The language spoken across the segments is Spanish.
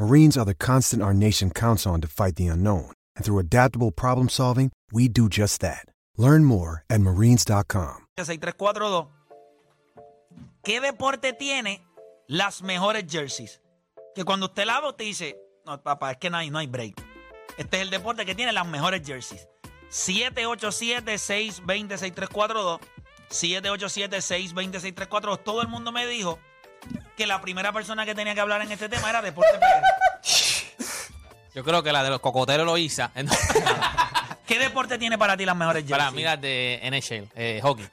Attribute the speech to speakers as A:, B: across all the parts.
A: Marines are the constant our nation counts on to fight the unknown. And through adaptable problem solving, we do just that. Learn more at marines.com.
B: 6342. ¿Qué deporte tiene las mejores jerseys? Que cuando usted la ve, usted dice, no, papá, es que no hay, no hay break. Este es el deporte que tiene las mejores jerseys. 787-620-6342. 787-620-6342. Todo el mundo me dijo que la primera persona que tenía que hablar en este tema era Deporte PR.
C: Yo creo que la de los cocoteros lo hizo.
B: ¿Qué deporte tiene para ti las mejores jerseys?
C: Para mí las de NHL, eh, hockey.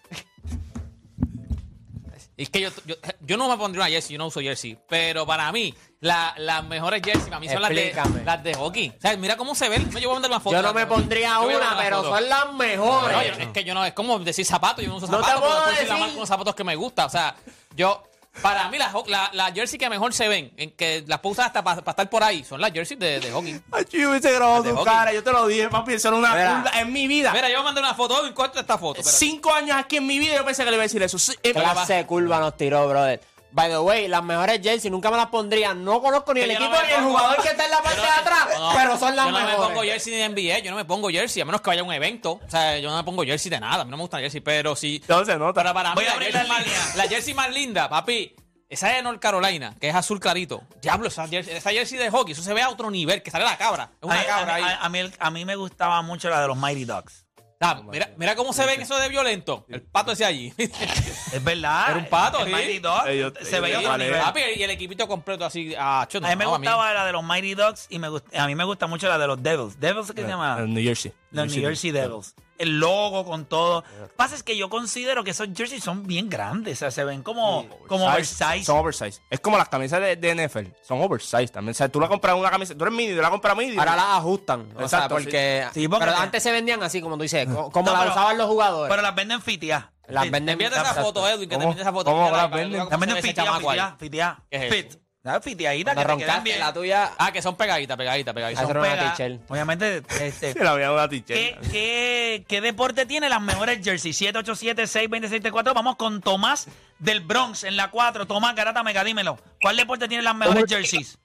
C: Es que yo, yo, yo no me pondría una jersey, yo no uso jersey. Pero para mí, la- las mejores jerseys para mí son las de,
D: Explícame.
C: las de hockey. O sea, mira cómo se ven. No, yo voy a mandar una foto.
D: Yo no me pondría
C: Yo voy a mandar
D: una, pero
C: foto.
D: son las mejores.
C: No, yo- es que yo no, es como decir zapatos, yo no uso
D: No te
C: zapatos.
D: puedo
C: pero después soy la
D: decir.
C: marca con zapatos que me gusta. O sea, yo, para mí, las ho- la- las jerseys que mejor se ven, en que las puedo usar hasta para estar por ahí, son las jerseys de, de hockey.
E: Ay, yo hubiese grabado
C: De
E: tu
C: hockey.
E: cara, yo te lo dije, papi, eso era una
D: Mira.
E: burla en mi vida.
C: Mira, yo voy a mandar una foto, hoy, ¿cuánto esta foto? Espérate.
E: Cinco años aquí en mi vida yo pensé que le iba a decir eso. Sí, eh,
D: Clase de curva nos tiró, brother. By the way, las mejores jerseys nunca me las pondría. No conozco ni
C: Que
D: el
C: yo no
D: equipo
C: me
D: ni el
C: pongo-
D: jugador que está en la parte de atrás,
C: No,
D: pero son las
C: yo no
D: mejores.
C: me pongo jersey de NBA, yo no me pongo jersey, a menos que vaya a un evento. O sea, yo no me pongo jersey de nada, a mí no me gusta jersey, pero sí.
E: No se nota.
C: Pero para mí,
B: Voy a
C: la
B: abrir
C: jersey,
B: la
C: más,
B: línea.
C: la jersey más linda, papi, esa es de North Carolina, que es azul clarito. Diablo, esa jersey, esa jersey de hockey, eso se ve a otro nivel, que sale la cabra. Es
B: A
C: una
B: mí-
C: cabra
B: a, mí-
C: ahí.
B: a- a mí, el- a mí me gustaba mucho la de los Mighty Ducks.
C: Ah, mira, mira cómo se ven eso de violento. El pato ese allí.
B: Es verdad.
C: Era un pato,
B: el
C: sí.
B: Mighty Ducks.
E: Eh, yo-
B: se
E: yo-
B: veía
E: yo-
B: otro
E: ¿cuál
B: nivel.
C: papi, y el equipito completo así. Ah, chon,
B: A mí me
C: no,
B: gustaba la de los Mighty Ducks y me gust- a mí me gusta mucho la de los Devils. ¿Devils qué se llama?
E: En Ah, New Jersey.
B: Los New Jersey Devils. El logo con todo. Lo que pasa es que yo considero que esos jerseys son bien grandes. O sea, se ven como, como oversized.
E: Son oversized. Es como las camisas de, de NFL. Son oversized también. O sea, tú la compras una camisa. Tú eres mini, tú la compras mini.
D: Ahora las ajustan. O sea,
E: Exacto,
D: porque.
B: sí. Sí, porque
D: pero
B: te-
D: antes se vendían así, como tú dices, co-
B: No,
D: como las
B: pero-
D: usaban los jugadores.
B: Pero las venden fitiá.
D: Las
B: Fit-
D: venden-
C: Envíate esa
D: Exacto.
C: foto, Edwin, que te
E: ¿Cómo-
C: envíe esa foto.
E: cómo
C: Mira,
E: la
C: para que
E: venden?
C: veas cómo
B: Las
C: se
B: venden
C: ve ese
B: fitiá,
C: chamaco ahí.
B: fitiá, fitiá.
C: ¿Qué es
B: Fit.
C: eso?
B: Las fitiaditas
D: Cuando
B: que te quedan
D: roncaste
B: bien.
D: la tuya.
C: Ah, que son pegaditas, pegaditas, pegaditas.
D: Eso
B: Son
D: era una
B: pegadas.
D: tichel.
B: Obviamente, este,
E: Se la voy a una
B: ¿Qué,
E: tichera.
B: qué, qué deporte tiene las mejores jerseys? 787-626-4. Vamos con Tomás del Bronx en la 4. Tomás Garata Mega, dímelo. ¿Cuál deporte tiene las mejores
F: ¿Cómo?
B: jerseys?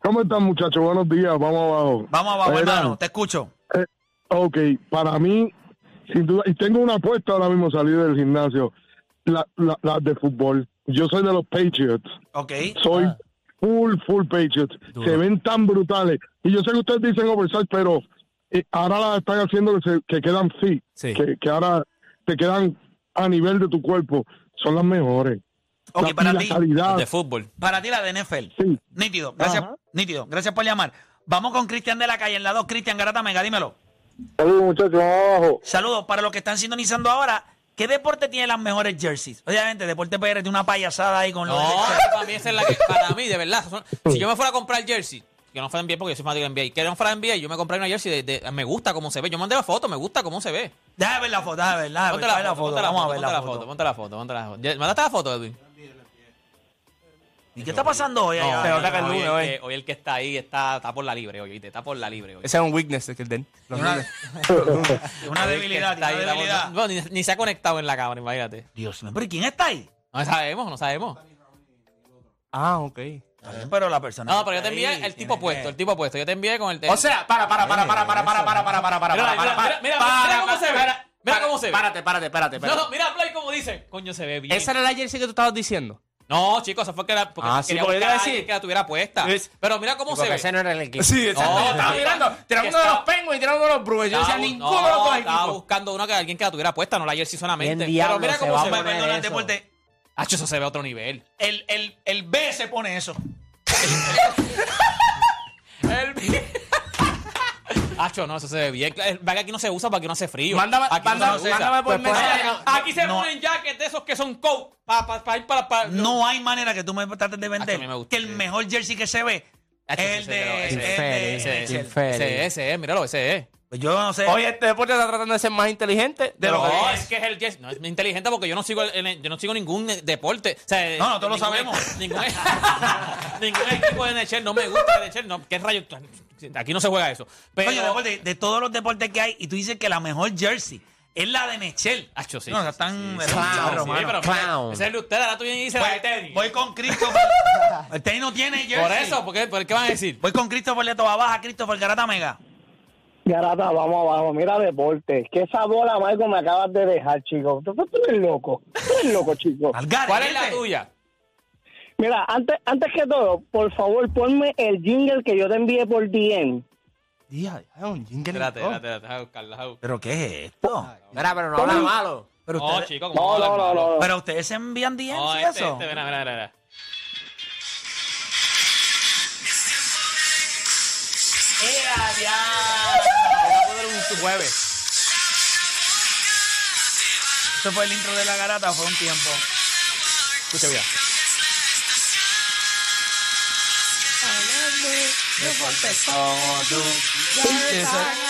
F: ¿Cómo están, muchachos? Buenos días, vamos abajo.
B: Vamos abajo,
F: Mira,
B: hermano. Te escucho.
F: eh, ok, para mí, sin duda, y tengo una apuesta ahora mismo salir del gimnasio, las la, la de fútbol. Yo soy de los Patriots,
B: Ok.
F: soy
B: Ah.
F: full, full Patriots. Se ven tan brutales. Y yo sé que ustedes dicen oversize, pero eh, ahora las están haciendo que, se- que quedan fit,
E: Sí.
F: que, que ahora te quedan a nivel de tu cuerpo. Son las mejores.
B: Ok,
F: La-
B: para
F: y la
B: ti.
F: calidad.
C: De fútbol.
B: Para ti la de NFL.
F: Sí.
B: Nítido. Gracias,
F: Ajá.
B: nítido. Gracias por llamar. Vamos con Cristian de la calle en la 2. Cristian Garata Mega, dímelo.
F: Saludos, muchachos, vamos abajo.
B: Saludos para los que están sintonizando ahora. ¿Qué deporte tiene las mejores jerseys? Obviamente, Deporte PR tiene una payasada ahí con
C: No,
B: los...
C: para mí esa es la que, para mí, de verdad. son- si yo me fuera a comprar jersey, que no fuera NBA porque yo soy fanático de NBA, que no fuera NBA, yo me compré una jersey de, de- me gusta cómo se ve. Yo mandé la foto, me gusta cómo se ve.
B: Déjame ver la foto, déjame ver, déjame ver,
C: Ponte
B: déjame
C: la,
B: ver la foto.
C: ponte la
B: Vamos a
C: foto,
B: ver
C: ponte
B: la
C: la foto,
B: foto.
C: ponte la foto, ponte la foto. Ya- ¿Mandaste la foto, Edwin?
B: ¿Y qué está pasando hoy? allá?
E: se nota que el
C: hoy, el
E: lunes,
C: que, hoy el que está ahí está, está por la libre, hoy, está por la libre. Hoy.
E: Ese es un weakness que den. Los
B: Una-
E: lunes.
B: Una
C: Hoy el que
B: debilidad, una
C: está ahí, está por-
B: debilidad.
C: no, ni, ni se ha conectado en la cámara, imagínate.
B: Dios mío, pero ¿y quién está ahí?
C: No sabemos, no sabemos.
E: Ah, ok.
B: Pero la persona.
C: No,
B: que
C: pero yo
B: está
C: te envié
B: ahí
C: el tipo
B: tiene
C: puesto,
B: que-
C: el tipo puesto. Yo te envié con el.
E: O sea, para, para, para, para, para, para, para, para, para, para,
C: Mira,
E: para,
C: mira,
E: para, para,
C: mira, mira
E: para,
C: cómo se ve.
E: para,
C: Mira
E: para,
C: cómo se ve.
E: Párate, párate, párate,
C: no,
E: párate.
C: no, mira, Play, como dice. Coño, se ve bien.
E: Esa era la jersey que tú estabas diciendo.
C: No, chicos, eso fue que la, porque
E: Ah, sí,
C: quería
E: porque
C: buscar
E: yo
C: a
E: iba a decir-
C: alguien que la tuviera puesta.
E: Es-
C: Pero mira cómo se
D: Porque
C: ve.
D: ese no era el equipo.
E: Sí, exacto.
C: No,
E: yo estaba
C: sí.
E: mirando, tirando uno de los Penguins y tirando uno de los Brewers. Yo
C: Estaba
E: decía,
C: bu-
E: ninguno
C: no,
E: de los dos
C: estaba
E: equipos.
C: buscando una que alguien que la tuviera puesta, no la jersey solamente.
D: Bien diablo,
C: Pero mira
D: se
C: cómo
D: va
C: se
D: a
B: Me
C: ve.
D: poner-
B: perdona el
D: eso.
B: deporte.
C: Ah, eso se ve a otro nivel.
B: El, el, el B se pone eso.
C: El... Acho, no, eso se ve bien. El que aquí no se usa para que no hace frío.
E: Mándame,
C: aquí no
E: mándame-
C: se usa.
E: mándame por
D: Pues, pues,
E: mensaje.
D: no,
C: Aquí se
B: no.
C: ponen jackets de esos que son coat. Para pa, pa ir para. pa-
B: No hay manera que tú me trates de
C: Ah, que a
B: vender
C: mí me gusta.
B: que el mejor jersey que se ve es
C: Acho,
B: el
C: ese no,
B: de.
C: ese
B: el
C: no.
B: de-
D: Infeliz,
B: el de-
D: infeliz.
C: Ese es, ese es, E, míralo, ese es.
B: Pues Yo no sé.
E: Oye, este deporte está tratando de ser más inteligente de lo
C: no,
E: que
C: es que es el Jets. No es inteligente porque yo no sigo, el- el- yo no sigo ningún eh, deporte. O sea, eh,
B: No, no, todos lo
C: ningún-
B: sabemos.
C: Ningún, ningún equipo de NHL no me gusta de NHL. No, ¿Qué rayos? Aquí no se juega eso. Pero,
B: Coño, deporte, de todos los deportes que hay, y tú dices que la mejor jersey es la de Nechel.
C: Acho, sí,
B: No,
C: sí,
B: o sea,
C: sí,
B: están.
C: sí, sí,
D: Clown,
C: sí,
B: romano.
C: pero mira,
D: Clown.
C: Ese es el de usted, ahora tú vienes y dices la de tenis.
B: Voy con Christopher. el tenis no tiene jersey.
C: Por eso, porque, porque ¿qué van a decir?
B: Voy con Christopher Leto Baja, Christopher Garata Mega.
G: Garata, vamos abajo. Mira, deporte. Que esa bola, Marco, me acabas de dejar, chico. Tú, tú eres loco. Tú eres loco, chico.
B: Algar,
C: ¿Cuál es la
B: ¿viste?
C: tuya?
G: Mira, antes, antes que todo, por favor, ponme el jingle que yo te envié por DM.
E: Día, es un jingle.
C: Espérate, espérate, espérate, déjame buscarla, déjame buscarla.
B: ¿Pero qué es esto?
D: Mira, pero no habla malo.
B: Pero,
C: No,
B: ustedes,
C: Oh, chico, ¿cómo
G: No,
C: vas a
G: no,
C: hablar
G: no, no.
B: pero ustedes se envían DMs
C: malo? No,
B: y
C: este,
B: eso.
C: este, mira, mira, mira, mira.
B: ¡Ea,
C: Voy
B: ya!
C: a poner un jueves.
B: Eso fue el intro de la garata, fue un tiempo.
C: Escucha bien.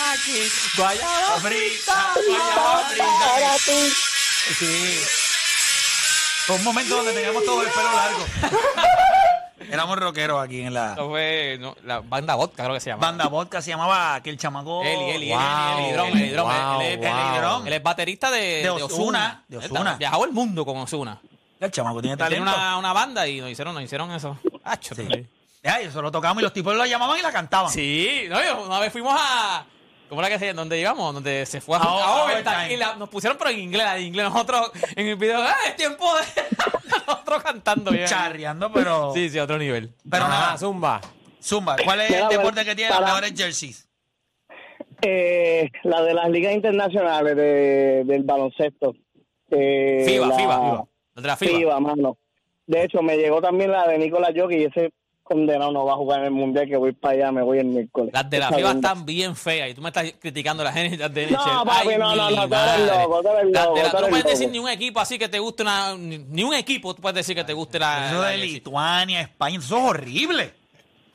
B: Guayaba frita, guayaba frita. Sí. Fue un momento donde teníamos todo el pelo largo. Éramos rockeros aquí en la
C: Esto fue no, la banda vodka, creo que se llama.
B: banda vodka, se llamaba aquel chamaco.
C: Eli, Eli, Eli,
D: Wow,
C: Eli, Eli Drum, Eli Drum,
D: wow,
C: él, él- él-
B: wow.
C: Eli Drum. Él es baterista de,
B: De Ozuna, de
C: Él
B: Ozuna.
C: está- Viajado el mundo con Ozuna. Él
B: El chamaco tiene
C: Tiene
B: talento.
C: una, una banda y nos hicieron, nos hicieron eso. Ah, chorro.
B: Sí. Ay, eso lo tocamos y los tipos lo llamaban y la cantaban.
C: Sí, no, yo- una vez fuimos a. ¿Cómo era que se llama? ¿Dónde íbamos? Donde se fue a,
B: A- a
C: overtime.
B: overtime.
C: Y la- nos pusieron, pero en inglés, la de inglés. Nosotros en el video, ¡ah, es tiempo de. nosotros cantando. ya.
B: Charreando, pero.
C: Sí, sí, a otro nivel.
B: Pero
D: Ajá,
B: nada.
D: zumba.
B: Zumba, ¿cuál es
G: Mira,
B: el
G: bueno,
B: deporte que tiene las
G: para-
B: mejores jerseys?
G: Eh, la de las ligas internacionales de- del baloncesto. Eh,
C: FIBA,
G: la-
C: FIBA, FIBA. Los de la FIBA.
G: FIBA. mano. De hecho, me llegó también la de Nicolás Jokic y ese condenado no va a jugar en el mundial que voy para allá, me voy el miércoles.
C: Las de la
G: Esa
C: FIBA
G: bomba.
C: están bien feas y tú me estás criticando las gen- las de
G: No,
C: NHL.
G: papi,
C: Ay,
G: no, no,
C: mi
G: no, tú eres
C: madre.
G: loco, tú eres
C: Las de
G: loco,
C: la-
G: tú
C: tú no
G: eres
C: puedes decir
G: loco.
C: ni un equipo así que te guste una. Ni ni un equipo tú puedes decir que te guste la.
B: Eso
C: la
B: de
C: jersey.
B: Lituania, España, eso es horrible.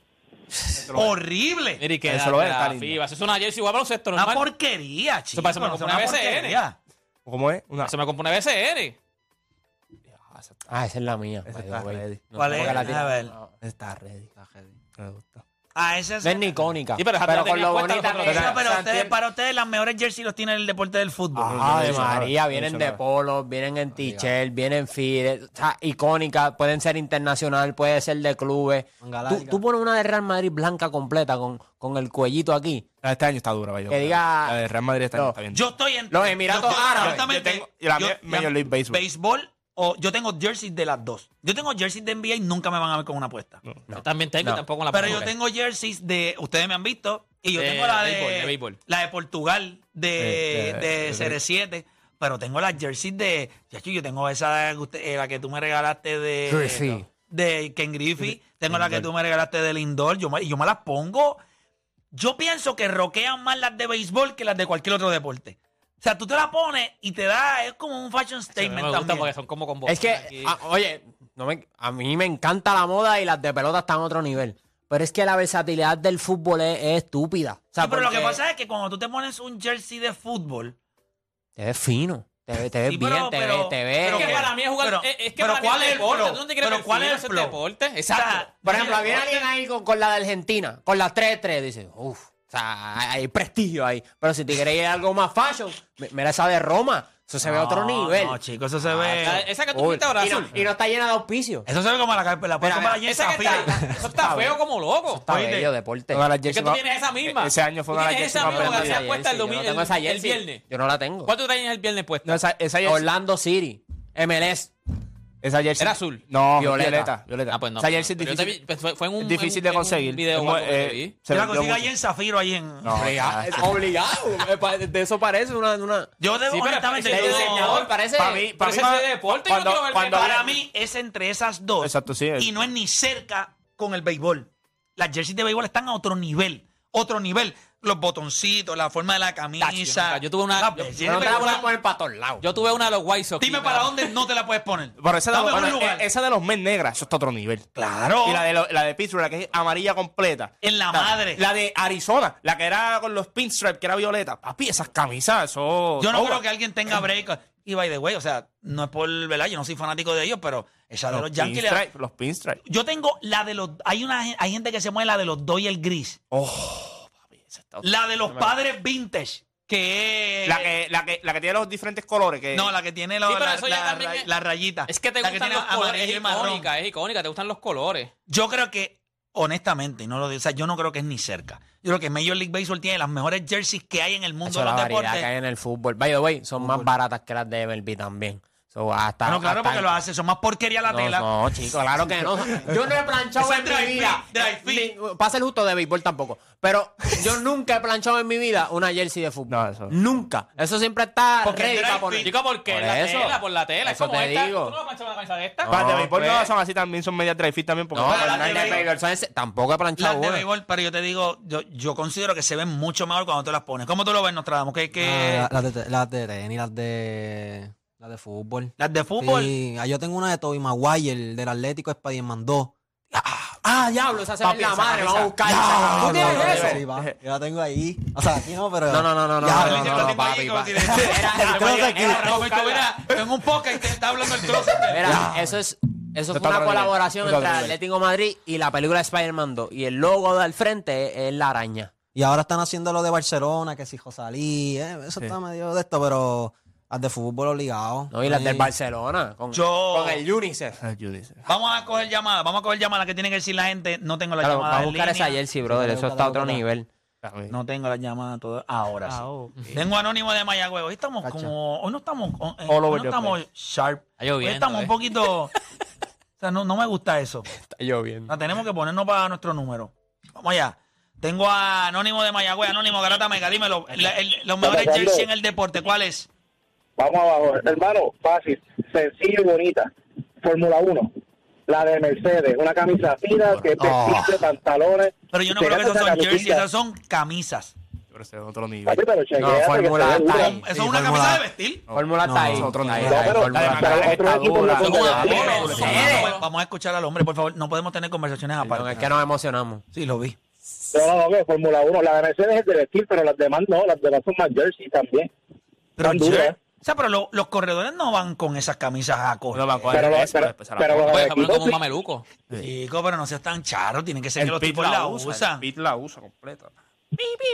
B: horrible.
C: Mira, y que
E: Eso
C: la-
E: lo ves,
C: la
E: está lindo.
C: FIBA. Eso es una jersey igual para un sexto
B: Una
C: normal.
B: porquería, chico.
C: parece como
B: eso es
C: una BCN.
E: ¿Cómo es? Una.
C: Se me compró una BCN.
D: Ah, esa es la mía. by the
E: está
D: way.
E: ready.
D: No,
B: ¿Cuál
D: porque
B: es?
D: la tiene-
B: A ver.
D: No,
E: Está ready. Me gusta.
B: Ah, esa es.
D: No es ni icónica.
C: Sí, pero esa la
D: con
C: tenía
D: lo
C: puesta
D: bonita
C: los
D: que
C: otros
D: era.
B: No, pero
D: Santi-
B: ustedes, para ustedes las mejores jerseys los tiene el deporte del fútbol.
D: Ay,
E: No, no, no,
D: María,
E: no,
D: vienen
E: no,
D: de
E: no.
D: polo, vienen en t-shirt, vienen feed, o sea, icónicas, pueden ser internacional, puede ser de clubes. Tú, tú pones una de Real Madrid blanca completa con, con el cuellito aquí.
E: La de Este año está dura, vaya.
D: Que diga-
E: La de Real Madrid este año
D: No.
E: está bien.
B: Yo estoy en.
D: Los Emiratos
B: yo- yo-
D: Árabes.
B: exactamente,
E: Yo tengo- y la mía es Major League Baseball.
B: Béisbol, o yo tengo jerseys de las dos. Yo tengo jerseys de NBA y nunca me van a ver con una apuesta.
C: Yo también tengo y
D: No.
C: tampoco la
B: Pero
C: pongo.
B: yo tengo jerseys de. Ustedes me han visto. Y yo
C: De
B: tengo la de.
C: béisbol, de béisbol. Eh,
B: La de Portugal, de,
E: Sí,
B: de,
E: de- de-
B: CR7. Pero tengo las jerseys de. Chacho, yo tengo esa que usted- eh, la que tú me regalaste de.
D: Griffey.
B: De Ken Griffey. Tengo la que tú me regalaste de Lindor. Yo, me- yo me las pongo. Yo pienso que roquean más las de béisbol que las de cualquier otro deporte. O sea, tú te la pones y te da. Es como un fashion
C: Sí, no
B: statement
C: me gusta
B: también.
C: porque son como con
D: Es que,
C: Pues, aquí.
D: a- oye, no me- a mí me encanta la moda y las de pelota están a otro nivel. Pero es que la versatilidad del fútbol es, es estúpida. O sea,
B: Sí, pero lo que
D: porque
B: pasa es que cuando tú te pones un jersey de fútbol.
D: Te ves fino, te, ve- te ves
B: Sí,
D: bien,
B: pero-
D: te
B: pero-
D: ves... Te ves
C: Pero es que
B: Pero-
C: para mí es jugar.
B: pero-
C: es- es que
B: pero
C: para mí
B: ¿cuál
C: es
B: es el
C: deporte.
B: flow?
C: ¿Tú no te quieres
B: ¿Pero cuál
C: perfil,
B: es el
C: eso
B: flow?
C: deporte?
B: O
C: Exacto.
B: sea,
D: Por ejemplo,
B: Mira,
D: viene alguien ahí con, con la de Argentina, con la 3-3, dice, uff, o sea, hay, hay prestigio ahí. Pero si te quieres ir a algo más fashion, mi- mira esa de Roma, eso se ve a otro
B: No,
D: nivel.
B: No, chicos, eso se ve.
C: Ah, Esa que tú
D: Uy,
C: pintas ahora
D: y, no,
C: azul.
D: y no está llena de auspicio.
B: Eso se ve como la carpeta. La puedes
D: Mira,
B: comprar
D: mira,
B: allí en
C: Esa que
B: Zafira.
C: está- Eso está feo como loco.
D: Está
B: Oye,
D: bello, deporte.
E: Todas las
C: Es que
E: jerseys
C: tú
E: va-
C: tienes esa misma.
E: E- Ese año fue
C: Tú
E: una de las
C: tienes
E: jerseys
C: esa
E: más
C: misma
D: Tengo
C: porque
D: esa
E: vendidas.
C: hacías puesta el
D: jersey, yo no
C: domi-
D: tengo
C: el-
D: esa
C: el
D: jersey.
C: viernes.
D: Yo no la tengo.
C: ¿Cuánto traías el viernes puesto?
E: No, esa, esa jersey-
D: Orlando City, MLS.
E: Esa jersey.
C: ¿Era azul?
E: No,
D: Violeta.
E: violeta. Violeta.
C: Ah, pues no.
E: Esa jersey es
C: Pero yo te
E: difícil,
C: vi- pues fue, fue en un,
E: difícil
C: en un-
E: de
C: en un
E: conseguir.
C: video
E: Es muy-
C: o algo que
E: eh,
C: vi.
E: se
B: Yo la
E: vendió
B: consigo
E: mucho.
B: ahí en Zafiro, ahí en...
E: No,
C: Ah,
D: Obligado, obligado. Eh, pa- De eso parece una. una...
B: Yo debo,
C: Sí, pero
B: honestamente,
C: ese
B: yo debo-
C: diseñador
D: parece.
E: Pa' mí- pa'
C: Pero
E: mí-
C: ese es de deporte, yo
E: cuando-
C: quiero ver
E: cuando-
C: Para
B: Para mí es entre esas dos.
E: Exacto, sí.
B: Y no es ni cerca con el béisbol. Las jerseys de béisbol están a otro nivel. Otro nivel. Los botoncitos, la forma de la
C: Tacho, yo
B: camisa.
C: nunca- yo tuve una-
B: Las
C: yo-
B: jerseys
C: yo
B: de
C: no
D: te
C: te la
B: béisbol.
C: voy a poner
D: para todos lados.
C: Yo tuve una de los White Sox.
B: Dime
C: y-
B: para dónde no te la puedes poner.
E: Pero esa de,
B: Dame
E: los,
B: un
E: bueno,
B: lugar.
E: e- esa de los men negras, eso es otro nivel.
B: Claro.
E: Y la de, lo- la de Pittsburgh, la que es amarilla completa.
B: En la madre.
E: La de Arizona, la que era con los pinstripes, que era violeta. Papi, esas camisas, eso.
B: Yo no
E: Oh,
B: creo que alguien tenga break. Y by the way, o sea, no es por, ¿verdad? Yo no soy fanático de ellos, pero esa de los,
E: Los
B: Yankees. le-
E: pinstripes, los pinstripes.
B: Yo tengo la de los. Hay una gen- hay gente que se mueve la de los Doyle Gris.
D: Oh,
B: La de los padres vintage. Que es.
E: La que, la, que, la que tiene los diferentes colores. Que,
B: No, la que tiene la,
C: Sí, pero
B: la-
C: eso ya
B: la-
C: también
B: ra-
C: es-
B: la rayita.
C: Es que te
B: La
C: gustan
B: tiene
C: los colores.
B: amarillo
C: Es
B: y marrón.
C: icónica, es icónica. Te gustan los colores.
B: Yo creo que, honestamente, y no lo digo, o sea, yo no creo que es ni cerca. Yo creo que Major League Baseball tiene las mejores jerseys que hay en el mundo
D: Eso
B: de
D: es la
B: los
D: variedad
B: deportes.
D: que hay en el fútbol. By the way, son más baratas que las de MLB también. So,
C: Ah,
D: hasta,
B: Bueno, claro,
D: hasta-
B: porque lo hace, son más porquería la
D: No,
B: tela.
D: No, chico, claro que no. Yo no he planchado
B: Ese
D: en
B: drive
D: mi vida.
B: fit, drive fit.
D: Ni- Pasa el justo de béisbol tampoco. Pero yo nunca he planchado en mi vida una jersey de fútbol.
E: No, eso-
D: Nunca. Eso siempre está
B: Porque el
D: ready
B: drive
D: para poner.
B: fit-
C: Chico, porque
D: Por
C: la
D: eso.
C: tela, por la tela.
D: Eso
C: es como
D: te
C: esta.
D: digo.
C: ¿Tú no vas a planchar una camisa de esta?
D: No,
E: Para de béisbol
D: pues.
E: no son así también, son media dry fit también. Porque
D: No,
B: Pero
D: las
B: las de
D: de
B: béisbol-
D: béisbol son ese- tampoco he
B: Las
D: planchado
B: de
D: una.
B: béisbol, pero yo te digo, yo, yo considero que se ven mucho mejor cuando tú las pones. ¿Cómo tú lo ves, Nostradamus? Que, que
H: Ah, las, de, las de tenis, las de, las de fútbol.
B: las de fútbol.
H: Sí, ah, yo tengo una de Toby Maguire, del Atlético Spider-Man 2.
D: Ah, diablo, esa se ve
E: Papi,
D: en la
E: esa
D: madre.
E: camisa.
D: Vamos a buscar.
H: Ah,
D: ¿Tú tienes
H: no,
D: eso?
H: sí, va, Yo la tengo ahí. O sea, aquí no, pero.
D: No, no, no, no, no,
H: Ya,
D: no, no,
B: Alicia,
D: no,
B: lo
D: Ah, no,
B: tengo ahí
D: papi,
B: como
D: papi.
B: si le-
H: El closet aquí.
B: Era Roberto, mira, en un podcast y te está hablando el closet.
D: Mira, eso es, eso es
E: está
D: una
E: otro nivel.
D: colaboración
E: Está otro
D: entre
E: nivel.
D: Atlético Madrid y la película Spider-Man 2. Y el logo del frente es, es la araña.
H: Y ahora están haciendo lo de Barcelona, que si Josalí, eh, eso está medio de esto, pero las de fútbol obligado. Eh,
D: ¿no? Y las
H: Sí.
D: del Barcelona. Con,
B: Yo-
D: con el UNICEF.
E: Ah, yo dice.
B: Vamos a coger llamada, vamos a coger llamada que tiene que decir la gente. No tengo la
D: Claro,
B: llamada.
D: va a
B: en
D: buscar
B: línea.
D: esa jersey, brother. Eso está a otro nivel.
B: No tengo la llamada toda. Ahora
C: Ah,
B: sí. Tengo anónimo de Mayagüez. Hoy estamos como. Hoy no estamos. eh, hoy
E: All
B: no
E: over the
B: estamos
E: place.
B: sharp.
C: Está lloviendo,
B: hoy estamos
C: eh.
B: un poquito. o sea, no, no me gusta eso.
D: Está lloviendo.
B: La tenemos que ponernos para nuestro número. Vamos allá. Tengo a Anónimo de Mayagüez. Anónimo, garata mega. Dímelo. la- el- los mejores
G: Fernando.
B: jersey en el deporte. ¿Cuál es?
G: Vamos abajo, hermano, fácil, sencillo y bonita. Fórmula 1, la de Mercedes, una camisa fina, que es vestiste, pantalones.
B: Pero yo no
G: Te
B: creo que
G: ganas
B: esos son
G: esa
B: jerseys,
G: camisita.
B: esas son camisas.
E: Pero ese es otro nivel.
G: Papi, pero chequéate que
D: Fórmula
G: se ve dura.
D: Time.
B: Eso es
H: Sí,
B: una
H: Fórmula.
B: camisa de vestir.
D: Fórmula
H: No,
D: está ahí.
H: es
E: otro
D: Ahí,
E: nivel.
D: ahí,
G: No, pero
D: Fórmula
G: la-
D: está
G: la-
D: ahí.
G: otro
D: Está
G: equipo
D: dura.
G: no
D: Fórmula
G: puede
D: está
G: hacer
D: dura.
G: eso.
D: Ustedes.
B: Vamos a escuchar al hombre, por favor. No podemos tener conversaciones
D: Perdón, Es
B: aparte.
D: que nos emocionamos.
B: Sí, lo vi.
G: No, no, no, que Fórmula 1, la de Mercedes es de vestir, pero las demás no, las demás son más jersey también.
B: Pero,
G: Están duras.
B: jer- o sea, pero lo- los corredores no van con esas camisas a coger.
E: No me acuerdo.
G: Pero, los-
B: pues,
E: Eso,
G: pero,
E: después se la
G: pero
E: pongo.
G: los
C: Oye, se ponen
G: equipos
C: como un
G: sí.
C: mameluco.
B: Chico, pero no seas tan charo. Tiene que ser que
E: el
B: los
E: pit
B: tipos
E: la
B: la
E: usa. El
B: usan.
E: pit la usa completa.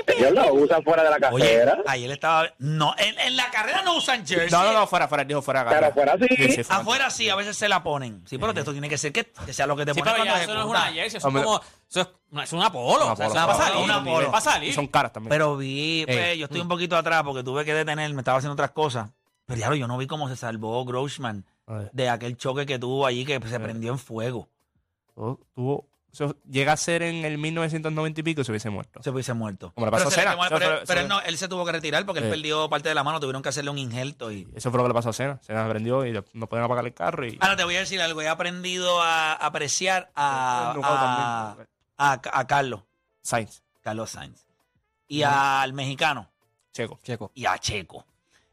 G: Ellos lo usan fuera de la
B: Oye,
G: carrera.
B: ayer estaba. No, en, en la carrera no usan jersey.
E: No, no, no, fuera, fuera, dijo fuera.
G: Pero
E: acá.
G: fuera sí.
E: fuera.
B: Afuera sí, a veces se la ponen. Sí, pero esto tiene que ser que, que sea lo que te
C: Sí,
B: ponen
C: pero
B: cuando
C: ya eso no es
B: ejecutas.
C: una jersey. Eso es
E: Hombre.
C: como... Eso es, no, es pues, un Apolo.
E: Una
C: o sea, Eso
E: polo,
C: va a
B: polo,
C: salir.
B: una polo.
C: Va a salir.
E: Y son caras también.
B: Pero
E: Eh,
B: vi, pues, yo
E: mm.
B: estoy un poquito atrás porque tuve que detener, me estaba haciendo otras cosas. Pero claro, yo no vi cómo se salvó Grossman
E: Ay. Eh.
B: de aquel choque que tuvo allí que se prendió en fuego.
E: Tuvo- tuvo- eso llega a ser en el 1990 y pico y se hubiese muerto.
B: Se hubiese muerto.
E: Como le pasó
B: pero
E: a
B: se le
E: Senna.
B: quemó-
E: Eso
B: pero-
E: fue- eso
B: pero él,
E: fue-
B: no, él se tuvo que retirar porque él
E: Eh.
B: perdió parte de la mano, tuvieron que hacerle un injerto y...
E: Eso fue lo que le pasó a Cena. Cena aprendió y le- no podían apagar el carro y.
B: Ahora te voy a decir algo, he aprendido a apreciar a,
E: El knockout
B: a,
E: también.
B: a- a Carlos,
E: Sainz,
B: Carlos Sainz, y al mexicano,
E: checo.
H: Checo.
B: y a Checo.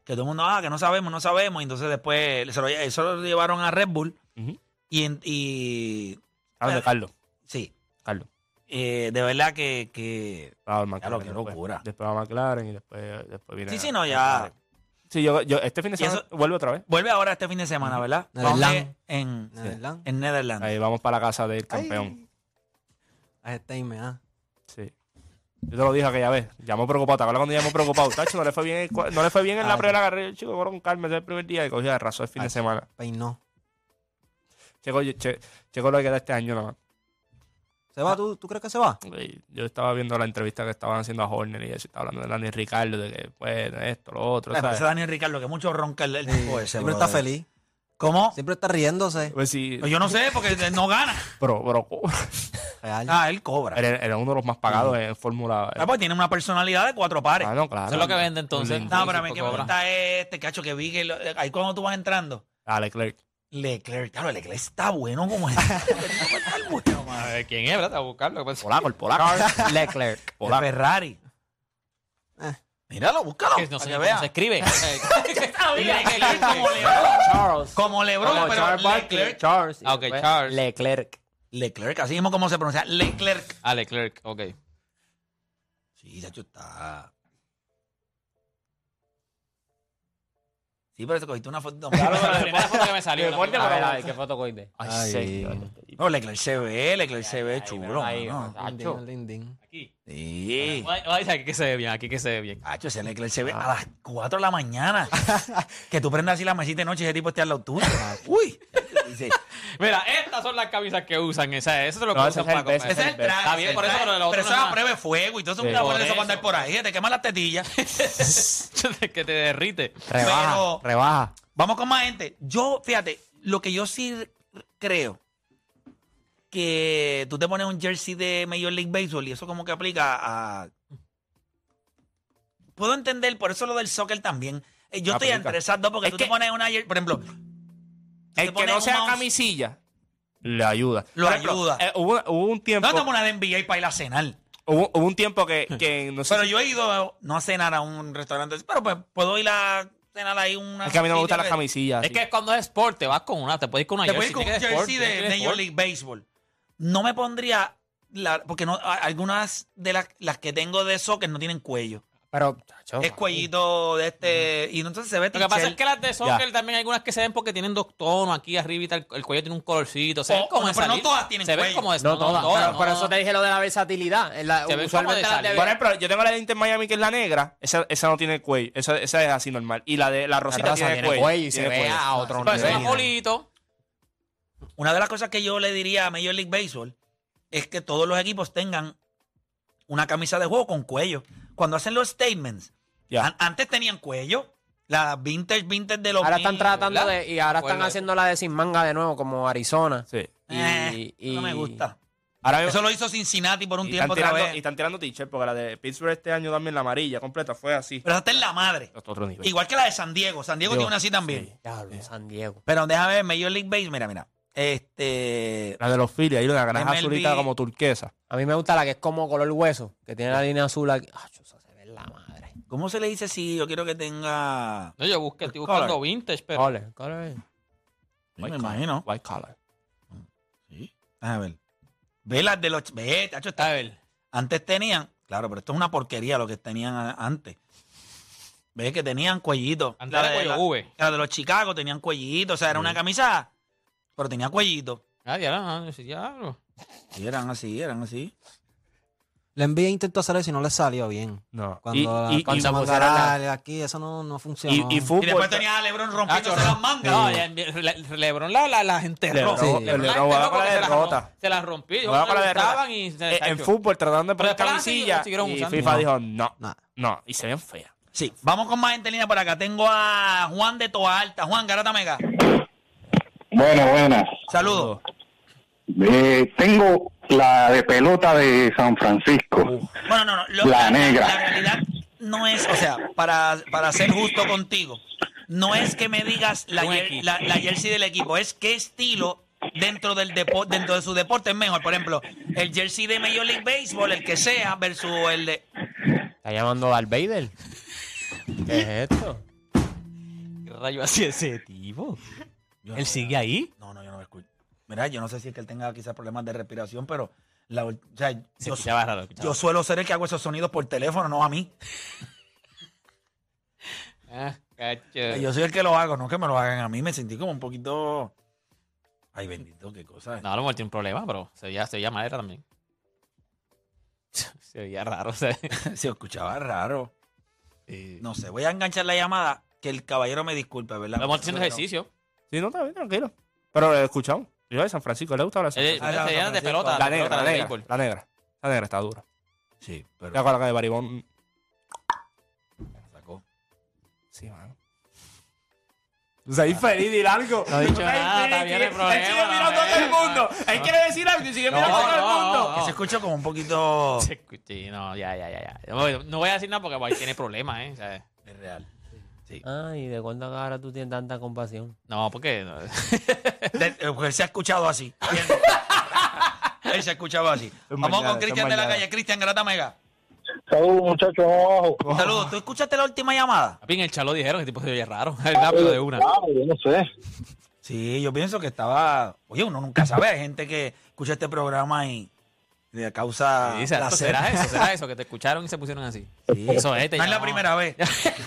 B: Que todo el mundo, ah, que no sabemos, no sabemos. Y entonces después se lo, eso lo llevaron a Red Bull.
E: Ujú.
B: y, en- y
E: Ah, de Carlos.
B: sí,
E: Carlos.
B: eh, de verdad que, que-
E: Ah, el McLaren.
B: qué
E: después.
B: locura.
E: Después va McLaren y después, después viene.
B: Sí, sí, no, ya.
E: Sí, yo, yo este fin de
B: Y eso-
E: semana vuelvo otra vez.
B: Vuelve ahora este fin de semana, ¿verdad?
H: Netherlands.
B: ¿Dónde? En,
H: Sí. Netherlands.
B: en Netherlands.
E: Ahí vamos para la casa del campeón.
H: Ahí está y me da.
E: Sí. Yo te lo dije aquella vez. Llamó preocupado. ¿Te acuerdas cuando llamó preocupado? Tacho, no le fue bien, el cua- no le fue bien en la
B: Ah,
H: Ay.
E: primera carrera. El chico, fueron calma, ese es el primer día y cogió de razón el fin de semana.
H: Peinó.
E: Checo, yo- che, checo lo que queda este año nada más.
H: ¿Se
D: Ah.
H: va? ¿Tú, ¿Tú crees que se va?
E: Y Yo estaba viendo la entrevista que estaban haciendo a Horner y eso, y estaba hablando de Dani Ricardo, de que, pues, esto, lo otro.
B: Ese
E: ¿sabes?
B: Daniel Ricardo, que mucho ronca el, el tipo ese.
D: eh.
H: Siempre está
B: brother.
H: feliz.
B: ¿Cómo?
H: Siempre está riéndose.
E: Pues sí,
B: Pues yo no sé, porque él no gana.
E: pero, pero
H: Real.
B: Ah, él cobra.
E: era, era uno de los más pagados en Fórmula.
B: Ah, pues tiene una personalidad de cuatro pares.
E: Ah, pues no, claro.
C: Eso es lo que vende entonces.
B: No, pero a mí que me
C: Cobra.
B: gusta este, cacho, que vi que lo- ahí cuando tú vas entrando.
E: A Ah, Leclerc.
B: Leclerc, claro, Leclerc está bueno como es. Está bueno, mano.
C: A ver, ¿Quién es, verdad? A buscarlo. pues.
E: Polaco, el polaco.
D: Leclerc.
B: De
E: Hola.
B: Ferrari.
H: Eh.
B: Míralo, búscalo.
C: Que
B: para
C: No sé
B: que
C: cómo
B: vea.
C: se escribe.
B: Leclerc como Lebron.
D: Charles.
B: Como Lebron,
D: Como
B: pero
D: Charles Barkley.
B: Leclerc.
D: Charles. y
C: Ah, ok,
D: después
C: Charles.
D: Leclerc.
B: Leclerc, así mismo como se pronuncia. Leclerc.
C: Ale Clerk, ok.
B: Sí, Sacho está. Sí, pero te cogiste una foto.
C: La primera foto que me salió. la
D: A
C: primera.
D: ver, a ver, ¿qué foto coiste?
E: Ay,
H: Ay.
E: señor.
B: No, Leclerc se ve, Leclerc se ve chulo.
D: Ahí,
B: mano.
D: macho.
C: Aquí.
B: Sí.
C: Ay, ay, Aquí que se ve bien, aquí que se ve bien.
B: Hacho, ese Leclerc se ve a las 4 de la mañana. que tú prendas así la mesita de noche y ese tipo esté al lado tuyo. Uy. Dice,
C: Mira, estas son las camisas que usan. Esa, eso es lo que
E: No, ese
C: usan
E: es el
C: para
E: best,
C: comprar.
B: ese es el traje.
C: Está bien,
B: ese
C: por eso,
B: traje.
C: pero lo otro
B: eso
C: no
B: es
C: es
B: a
C: nada.
B: prueba de fuego y todo eso.
E: Sí.
B: una por eso
C: Por
B: para andar
C: eso.
B: por ahí. que Te queman las tetillas.
C: que te derrite.
E: Rebaja,
B: Pero-
E: rebaja.
B: Vamos con más gente. Yo, fíjate, lo que yo sí creo que tú te pones un jersey de Major League Baseball y eso como que aplica a... Puedo entender, por eso lo del soccer también. Eh, Yo estoy
E: Aplica.
B: entre esas dos porque tú te pones una jersey, por ejemplo, te
E: El que
B: pones
E: no
B: un
E: sea
B: mouse.
E: camisilla le ayuda.
B: Lo
E: Por ejemplo,
B: ayuda.
E: eh, hubo, hubo un tiempo,
B: no te pones de NBA para ir a cenar.
E: hubo, hubo un tiempo que, que no sé
B: Pero
E: si-
B: yo he ido no a cenar a un restaurante, pero pues puedo ir a cenar ahí una...
E: es que a mí no me gustan las
B: que-
E: camisillas.
C: Es
E: sí.
C: que cuando es sport, te vas con una, te puedes ir con una
B: Te puedes ir con un
C: tiene que ser
B: jersey
C: sport,
B: de
C: tiene que ser
B: Major
C: sport.
B: League Baseball. No me pondría. la- porque no, a- algunas de las, las que tengo de soccer no tienen cuello.
D: Pero,
B: Es cuellito de este. Y entonces se ve
C: Lo que pasa es que las de soccer
E: Ya.
C: también hay algunas que se ven porque tienen dos tonos aquí arriba y tal, el cuello tiene un colorcito. Se
B: O-
C: ven como
B: o-
C: de
B: pero no
C: salir.
B: todas tienen
C: Se ven
B: cuello.
C: como de
D: No todas. pero
C: no.
D: Por eso te dije lo de la versatilidad. En la-
C: Se ven como
D: usualmente
C: de
D: las de-
C: salir.
E: Por ejemplo, yo tengo la de Inter Miami que es la negra, esa, esa no tiene cuello, esa, esa es así normal. Y la de la
D: La
E: rosita
D: raza
E: tiene, cuello.
D: y se
E: tiene
D: ve
E: cuello.
D: a otro
C: Pero eso es
D: nivel.
C: más bolito.
B: Una de las cosas que yo le diría a Major League Baseball es que todos los equipos tengan una camisa de juego con cuello. Cuando hacen los statements,
E: Ya.
B: an- antes tenían cuello. Las vintage, vintage de los.
D: Ahora están
B: mil,
D: tratando
C: ¿verdad?
D: de. Y ahora están
C: Bueno.
D: haciendo la de sin manga de nuevo, como Arizona.
E: Sí.
D: Y,
B: Eh,
D: y-
B: No me gusta.
E: Ahora mismo-
B: Eso lo hizo Cincinnati por un
E: y
B: tiempo otra
E: están tirando, y
B: vez.
E: están tirando t-shirt porque la de Pittsburgh este año también la amarilla completa fue así.
B: Pero esta es la madre.
E: Otro nivel.
B: Igual que la de San Diego. San Diego
E: Digo,
B: tiene una así también.
E: sí.
D: Diablo, San Diego.
B: Pero déjame ver, Major League Base, mira, mira. Este.
E: La de los Phillies, ahí la granja
B: MLB.
E: azulita como turquesa.
D: A mí me gusta la que es como color hueso, que tiene la línea azul aquí. Ah, chuzo, se ve la madre.
B: ¿Cómo se le dice si yo quiero que tenga.
C: No, yo busqué, estoy
B: Color.
C: buscando vintage, pero.
D: Ole, ole.
B: Sí, me imagino.
E: White collar.
B: A ver. Ve las de los. Ve, tacho, está-
C: A ver.
B: Antes tenían. Claro, pero esto es una porquería lo que tenían a- antes. Ve que tenían cuellito.
C: Antes
B: La
C: era
B: de-
C: cuello
B: la-
C: V.
B: La de los Chicago tenían cuellito. O sea, era una camisa. Pero tenía cuellito.
C: Ah, ya, no, sí, diablo.
B: Y eran así, eran así.
H: La envía intentó hacer eso y no le salió bien.
E: No.
H: Cuando la-
E: y, y,
H: cuando
E: y-
H: Mangaral, aquí, eso no, no
E: y-
H: funcionó.
E: y
B: Y después
E: fútbol.
B: tenía a Lebron
C: Ah,
B: rompiéndose
C: chorro.
B: las mangas.
C: No, ya, Le- Lebron la, la, la gente
E: Lebron,
H: Sí.
E: Lebron,
C: la
E: jugaba
C: enterró
E: con la
C: porque se las
E: derrota.
C: rom- Se las rompí. Yo
E: Jugaba
C: me
E: con la derrota.
C: gustaban y se
E: Eh, en
C: tacho.
E: fútbol tratando
C: Pero
E: de poner
C: después la siguieron-
E: camisilla
C: siguieron
E: y
C: usando.
E: FIFA
C: No.
E: dijo no,
H: No.
E: no, y se ven feas.
B: Sí, vamos con más gente en línea por acá. Tengo a Juan de Toa Alta. Juan Garata Mega.
G: Bueno, buenas.
B: Saludos.
G: Eh, tengo la de pelota de San Francisco.
B: Bueno, no, no. lo-
G: La negra.
B: La realidad no es, o sea, para, para ser justo contigo, no es que me digas la,
C: Un
B: jer-
C: equipo.
B: la- la jersey del equipo, es qué estilo dentro del deporte, dentro de su deporte es mejor. Por ejemplo, el jersey de Major League Baseball, el que sea, versus el de.
D: Está llamando Darth Vader. ¿Qué es esto?
C: ¿Qué rayo hacía ese tipo? ¿Él sigue ahí?
B: No, no, yo no lo escucho. Mira, yo no sé si es que él tenga quizás problemas de respiración, pero la, ul- o sea,
C: Se
B: yo-
C: escuchaba raro. escuchaba
B: yo suelo ser el que hago esos sonidos por teléfono, no a mí.
C: raro. Ah, cacho.
B: Yo soy el que lo hago, no que me lo hagan a mí. Me sentí como un poquito. Ay, bendito, qué cosa.
C: No, a lo mejor tiene un problema, pero se veía, se veía madera también. se veía raro. o sea.
B: Se escuchaba raro. No sé, voy a enganchar la llamada. Que el caballero me disculpe, ¿verdad?
C: A lo mejor haciendo ejercicio.
E: Sí, no, está bien, tranquilo. Pero lo escuchamos. Yo de San Francisco, le gusta hablar de
C: Eh,
E: San
B: Ah,
C: Se
B: no,
C: veían de
B: Francisco.
C: pelota.
E: Francisco. La
C: de
E: negra,
C: pelota,
E: la
C: de
E: negra,
C: béisbol.
E: la negra. La negra está dura.
B: Sí, pero
E: Ya con la que de Baribón.
B: sacó.
E: Sí, mano. O sea, infeliz, dile algo.
C: ha dicho
E: Ay,
C: nada,
E: sí,
C: está bien,
E: sí,
C: el problema,
E: Él sigue mirando a todo el mundo. Él quiere decir algo y sigue mirando a todo el
C: no,
E: mundo.
C: no.
B: Que se escucha como un poquito.
C: Sí, no, ya, ya, ya. ya. No, no voy a decir nada porque White tiene problemas, ¿eh? O sea,
B: Es real.
D: Ay, ¿de cuánto ahora tú tienes tanta compasión?
C: no, porque. no.
B: De- eh, porque él se ha escuchado así. ¿entiendes? él se ha escuchado así. Vamos
E: mañana,
B: con Cristian
E: son
B: de la
E: mañana.
B: calle. Cristian Grata Mega.
G: Saludos, muchachos, abajo.
C: Oh.
B: Saludos. ¿Tú escuchaste la última llamada?
C: Papi, en el chalo dijeron que tipo se oye raro. El rápido de una.
G: Ah, yo no sé.
B: Sí, yo pienso que estaba. Oye, uno nunca sabe. Hay gente que escucha este programa y le causa.
C: Y dice, "Esto
B: placer.
C: será eso, será eso, que te escucharon y se pusieron así. Eso es, te
B: No es la
C: llamó.
B: primera vez.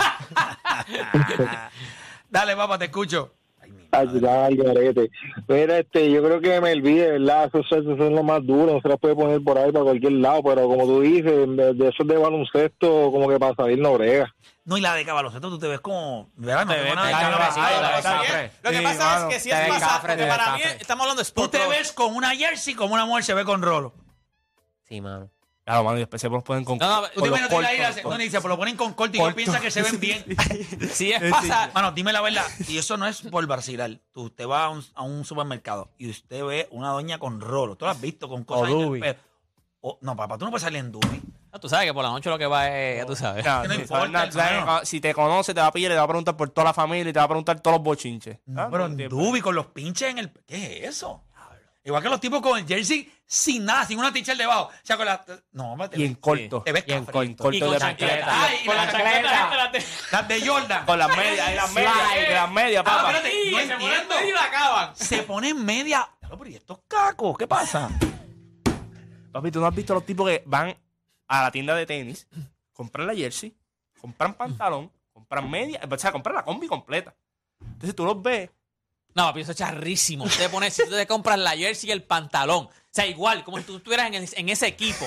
B: Dale, papá, te escucho. Ay, mi
G: Ay,
B: madre.
G: ya, al garete. Mira, este, yo creo que me olvidé, ¿verdad? Esos salsos son los más duros, no se los puede poner por ahí para cualquier lado, pero como tú dices, de, de esos de baloncesto, como que para salir no brega.
B: No, y la de cabalonceto, tú te ves como. ¿Verdad? No
C: Te
B: tengo
C: ves
B: nada de
C: de
B: Cabaloncesto.
C: cabecito,
B: Ay, la
C: de
B: de
C: cabecito.
B: Cabaloncesto.
E: Lo que pasa es que si es pasado, porque para mí
C: Estamos hablando de
B: Tú
C: Sport
B: te
C: Pro.
B: ves con una jersey como una mujer se ve con rolo.
D: Sí, mano.
E: Claro, mano, y después se los ponen con.
C: No, no,
B: Tú te
C: los
B: imaginas que la ira se- no, dice, pues lo ponen con corte y yo
E: Corto.
B: piensa que se ven bien.
C: Si es pasa.
B: Mano, dime la verdad. Y eso no es por vacilar. Tú, usted va a un, a un supermercado y usted ve una doña con rolo. Tú la has visto con cosas en el
D: Dubi.
B: pelo. O- no, papá, tú no puedes salir en Dubi.
C: Ah, Tú sabes que por la noche lo que va es. Ya tú sabes.
E: No,
B: Que no
E: no,
B: importa,
E: no, tú sabes,
B: hermano.
E: Si te conoce, te va a pillar, te va a preguntar por toda la familia y te va a preguntar todos los bochinches. Ah,
B: No, pero en
E: tiempo.
B: Dubi con los pinches en el. ¿Qué es eso? Igual que los tipos con el jersey sin nada, sin una t-shirt debajo. O sea, con la. No, hombre, te
E: Y en
B: ves-
E: corto.
B: Te ves
E: Y en
B: cafre.
E: corto
C: Y
E: de
C: con
E: chancleta.
C: chancleta. Ay, y
E: Con
C: la
E: la
C: chancleta, Ah,
E: chancleta.
C: gente, la te-
B: Las de Jordan.
E: Con las medias, y las medias, y las medias,
B: Ah,
E: papá.
B: espérate, no entiendo.
C: Y la acaban.
B: Se ponen media. Claro, pero ¿y estos cacos? ¿Qué pasa?
E: Pues Papi, tú no has visto los tipos que van a la tienda de tenis, compran la jersey, compran pantalón, compran media, o sea, compran la combi completa. Entonces tú los ves.
C: No, papi, eso es charrísimo. Usted pone, si tú te compras la jersey y el pantalón. O sea, igual, como si tú estuvieras en, en ese equipo.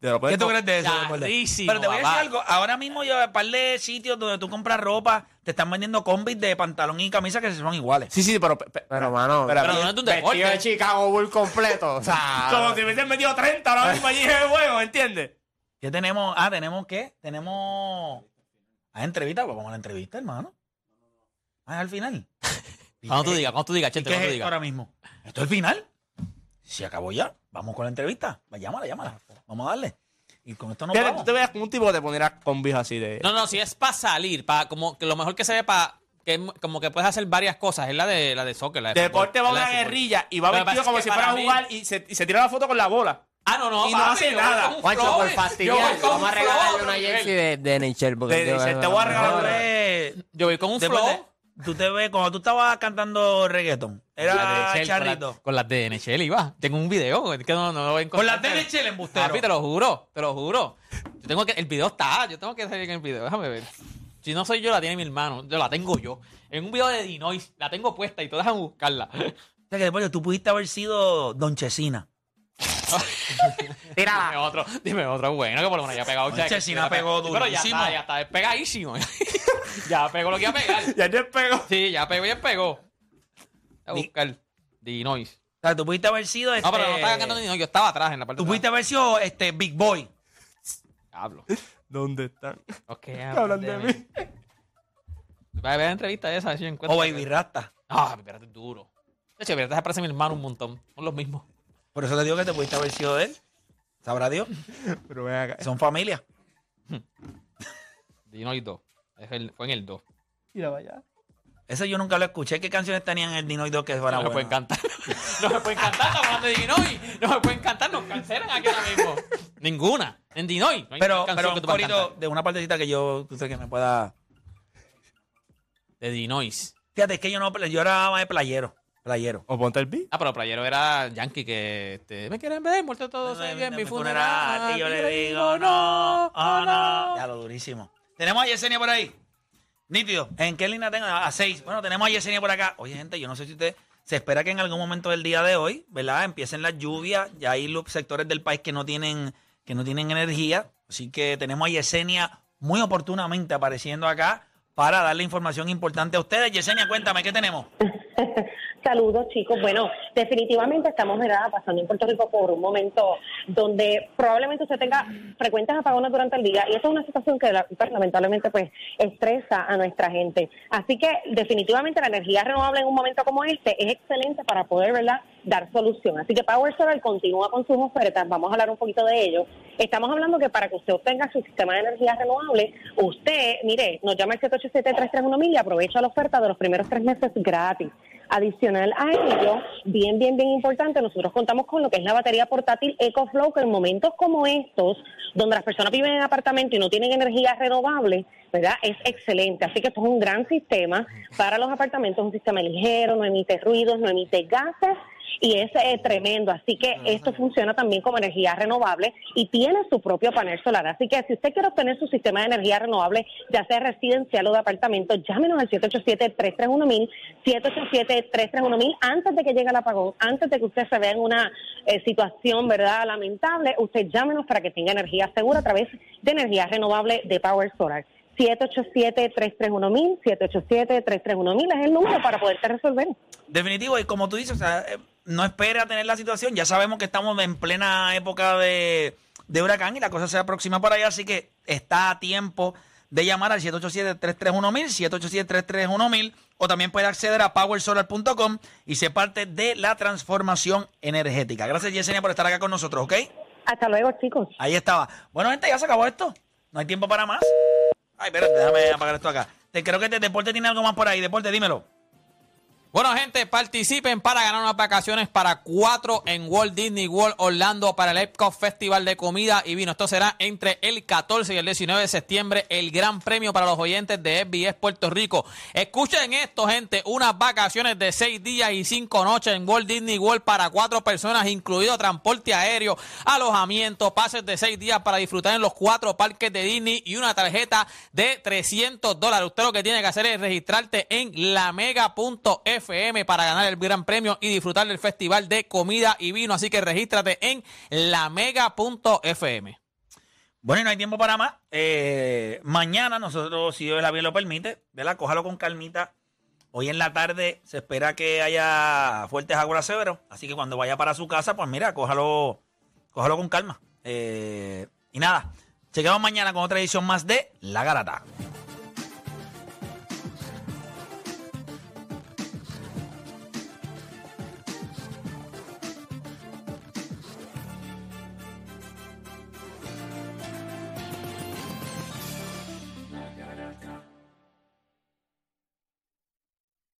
E: Te lo
B: ¿Qué
E: puedes
B: tú
E: co-
B: crees de eso? Leopoldo?
C: Charrísimo.
B: Pero te voy a decir
C: papá.
B: algo. Ahora mismo yo un par de sitios donde tú compras ropa, te están vendiendo combis de pantalón y camisa que se son iguales.
E: Sí, sí, pero. pe- pe-
D: Pero, mano,
C: Pero no es de un deporte.
D: vestido de Chicago Bull completo. O sea,
E: Ah,
B: Ah.
E: Como si me hubiesen metido 30 ahora mismo allí en el juego, ¿entiendes?
B: ¿Qué tenemos? Ah, ¿tenemos qué? Tenemos... ¿Hay entrevista? Pues vamos a la entrevista, hermano. Ah, al final.
C: Cuando tú digas, cuando tú digas,
B: ¿Y
C: Chente,
B: qué es
C: cuando tú
B: esto
C: digas.
B: ahora mismo? ¿Esto es el final? Se acabó ya. Vamos con la entrevista. Va, Llámala, llámala. Vamos a darle. Y con esto no
E: Fíjate, tú
B: vamos.
E: te veas como un tipo que te pondría combis así de.
C: No, no, si es para salir, para como que lo mejor que se ve para que es mu- como que puedes hacer varias cosas, es la de la de soccer, la de
E: Deporte va a
C: fútbol, es la
E: una
C: de fútbol.
E: guerrilla y va
C: Lo que
E: vestido
C: pasa
E: como
C: es
E: si
C: que
E: fuera a
C: para mí-
E: jugar y se, y se tira la foto con la bola.
C: Ah, no, no,
E: Y no
C: papi,
E: hace
C: yo
E: nada.
C: voy con un
D: Juancho, por
C: flor, yo voy
D: fastidiar,
C: con
D: vamos a
C: un
D: regalarle
C: flor,
D: una jersey
C: Miguel.
D: de, de Nichelle. porque
E: De
D: creo que
E: Nichelle,
D: es
E: te
D: la
E: voy a regalar
D: mejor.
E: una.
B: Eh,
C: Yo voy con un
B: después de-
C: flow.
B: tú te ves, cuando tú estabas cantando reggaeton, era charrito.
C: Con las de NHL iba. Tengo un video es que no, no lo voy a
B: Con las
C: encontrar.
B: de Chile embustero.
C: Papi, te lo juro, te lo juro. Yo tengo que, el video está, yo tengo que salir en el video, déjame ver. Si no soy yo, la tiene mi hermano, yo la tengo yo. En un video de Dinois, la tengo puesta y todas déjame buscarla.
B: O sea, que después tú pudiste haber sido Don Chesina.
C: Dime otro, dime otro bueno, que por lo menos ya pegó. o sea, que-
B: Chesina pegó
C: Pero ya
B: durísimo.
C: está, ya está, es pegadísimo. ya pegó lo que iba a pegar.
E: Ya te pegó.
C: Sí, ya pegó, ya pegó. Voy A buscar Dinois.
B: O sea, tú pudiste haber sido este.
C: No, Ah,
E: Eh,
C: pero no estaba cantando Dinois, yo estaba atrás en la parte
B: Tú
C: de
B: pudiste
C: atrás.
B: haber sido este Big Boy.
C: Hablo.
E: ¿Dónde están?
C: Ok,
E: hablan de mí.
C: Va a ver la entrevista esa, a ver si yo
B: O
C: encuentro.
E: Oh,
B: Baby Rasta.
C: Ah, mi pirata es duro. De hecho, mi pirata se parece a mi hermano un montón. Son los mismos.
B: Por eso te digo que te pudiste haber sido él. Sabrá Dios.
E: Pero ven acá.
B: Son familia.
C: Dinois 2. Es el- fue en el 2.
E: Mira, vaya.
B: Eso yo nunca lo escuché. ¿Qué canciones tenían el Dino y dos que
C: No
B: fueran
C: me pueden
B: buenas?
C: cantar. No me pueden cantar, estamos hablando de Dinois. No me pueden cantar, nos cancelan aquí ahora mismo. Ninguna. En Dinois. No hay
B: Pero,
C: canción
B: pero
C: que
B: un
C: tú puedas
B: corito
C: cantar.
B: de una partecita que yo, tú sabes que me pueda.
C: De Dinois.
B: Fíjate, es que yo no, yo era más de playero. Playero.
E: O ponte el beat.
C: Ah, pero Playero era Yankee que este, me quieren ver, muerto todos en bien, mi funeral.
B: Y yo le digo, no, oh, no. Ya lo durísimo. Tenemos a Yesenia por ahí. Nítido. ¿En qué línea tengo? A seis. Bueno, tenemos a Yesenia por acá. Oye, gente, yo no sé si usted se espera que en algún momento del día de hoy, ¿verdad? Empiecen las lluvias. Ya hay los sectores del país que no tienen, que no tienen energía. Así que tenemos a Yesenia muy oportunamente apareciendo acá para darle información importante a ustedes. Yesenia, cuéntame, ¿qué tenemos?
I: Saludos chicos. Bueno, definitivamente estamos ¿verdad? pasando en Puerto Rico por un momento donde probablemente usted tenga frecuentes apagones durante el día y esta es una situación que la- pues, lamentablemente pues estresa a nuestra gente. Así que definitivamente la energía renovable en un momento como este es excelente para poder ¿verdad? dar solución. Así que Power Solar continúa con sus ofertas, vamos a hablar un poquito de ello. Estamos hablando que para que usted obtenga su sistema de energía renovable, usted, mire, nos llama al 787-331 y aprovecha la oferta de los primeros tres meses gratis. Adicional a ello, bien, bien, bien importante, nosotros contamos con lo que es la batería portátil EcoFlow, que en momentos como estos, donde las personas viven en apartamento y no tienen energía renovable, ¿verdad? Es excelente. Así que esto es un gran sistema para los apartamentos, un sistema ligero, no emite ruidos, no emite gases. Y es eh, tremendo, así que esto funciona también como energía renovable y tiene su propio panel solar. Así que si usted quiere obtener su sistema de energía renovable, ya sea residencial o de apartamento, llámenos al 787-331-1000, 787-331-1000, antes de que llegue el apagón, antes de que usted se vea en una eh, situación, ¿verdad?, lamentable, usted llámenos para que tenga energía segura a través de energía renovable de Power Solar. 787-331-1000, 787-331-1000 es el número para poderte resolver.
B: Definitivo, y como tú dices, o sea, eh, no espere a tener la situación. Ya sabemos que estamos en plena época de, de huracán y la cosa se aproxima para allá, así que está a tiempo de llamar al 787-331-1000, 787-331-1000, o también puede acceder a powersolar.com y ser parte de la transformación energética. Gracias, Yesenia, por estar acá con nosotros, ¿ok?
I: Hasta luego, chicos.
B: Ahí estaba. Bueno, gente, ya se acabó esto. No hay tiempo para más. Ay, espérate, déjame apagar esto acá. Te creo que este deporte tiene algo más por ahí. Deporte, dímelo.
C: Bueno, gente, participen para ganar unas vacaciones para cuatro en Walt Disney World Orlando para el Epcot Festival de Comida y Vino. Esto será entre el 14 y el 19 de septiembre, el gran premio para los oyentes de SBS Puerto Rico. Escuchen esto, gente, unas vacaciones de seis días y cinco noches en Walt Disney World para cuatro personas, incluido transporte aéreo, alojamiento, pases de seis días para disfrutar en los cuatro parques de Disney y una tarjeta de 300 dólares. Usted lo que tiene que hacer es registrarte en lamega.fm para ganar el gran premio y disfrutar del festival de comida y vino. Así que regístrate en lamega.fm.
B: Bueno, y no hay tiempo para más. Eh, mañana nosotros, si Dios la vida lo permite, ¿verdad? Cójalo con calmita. Hoy en la tarde se espera que haya fuertes aguaceros. Así que cuando vaya para su casa, pues mira, cójalo, cójalo con calma. Eh, y nada, chequeamos mañana con otra edición más de La Garata.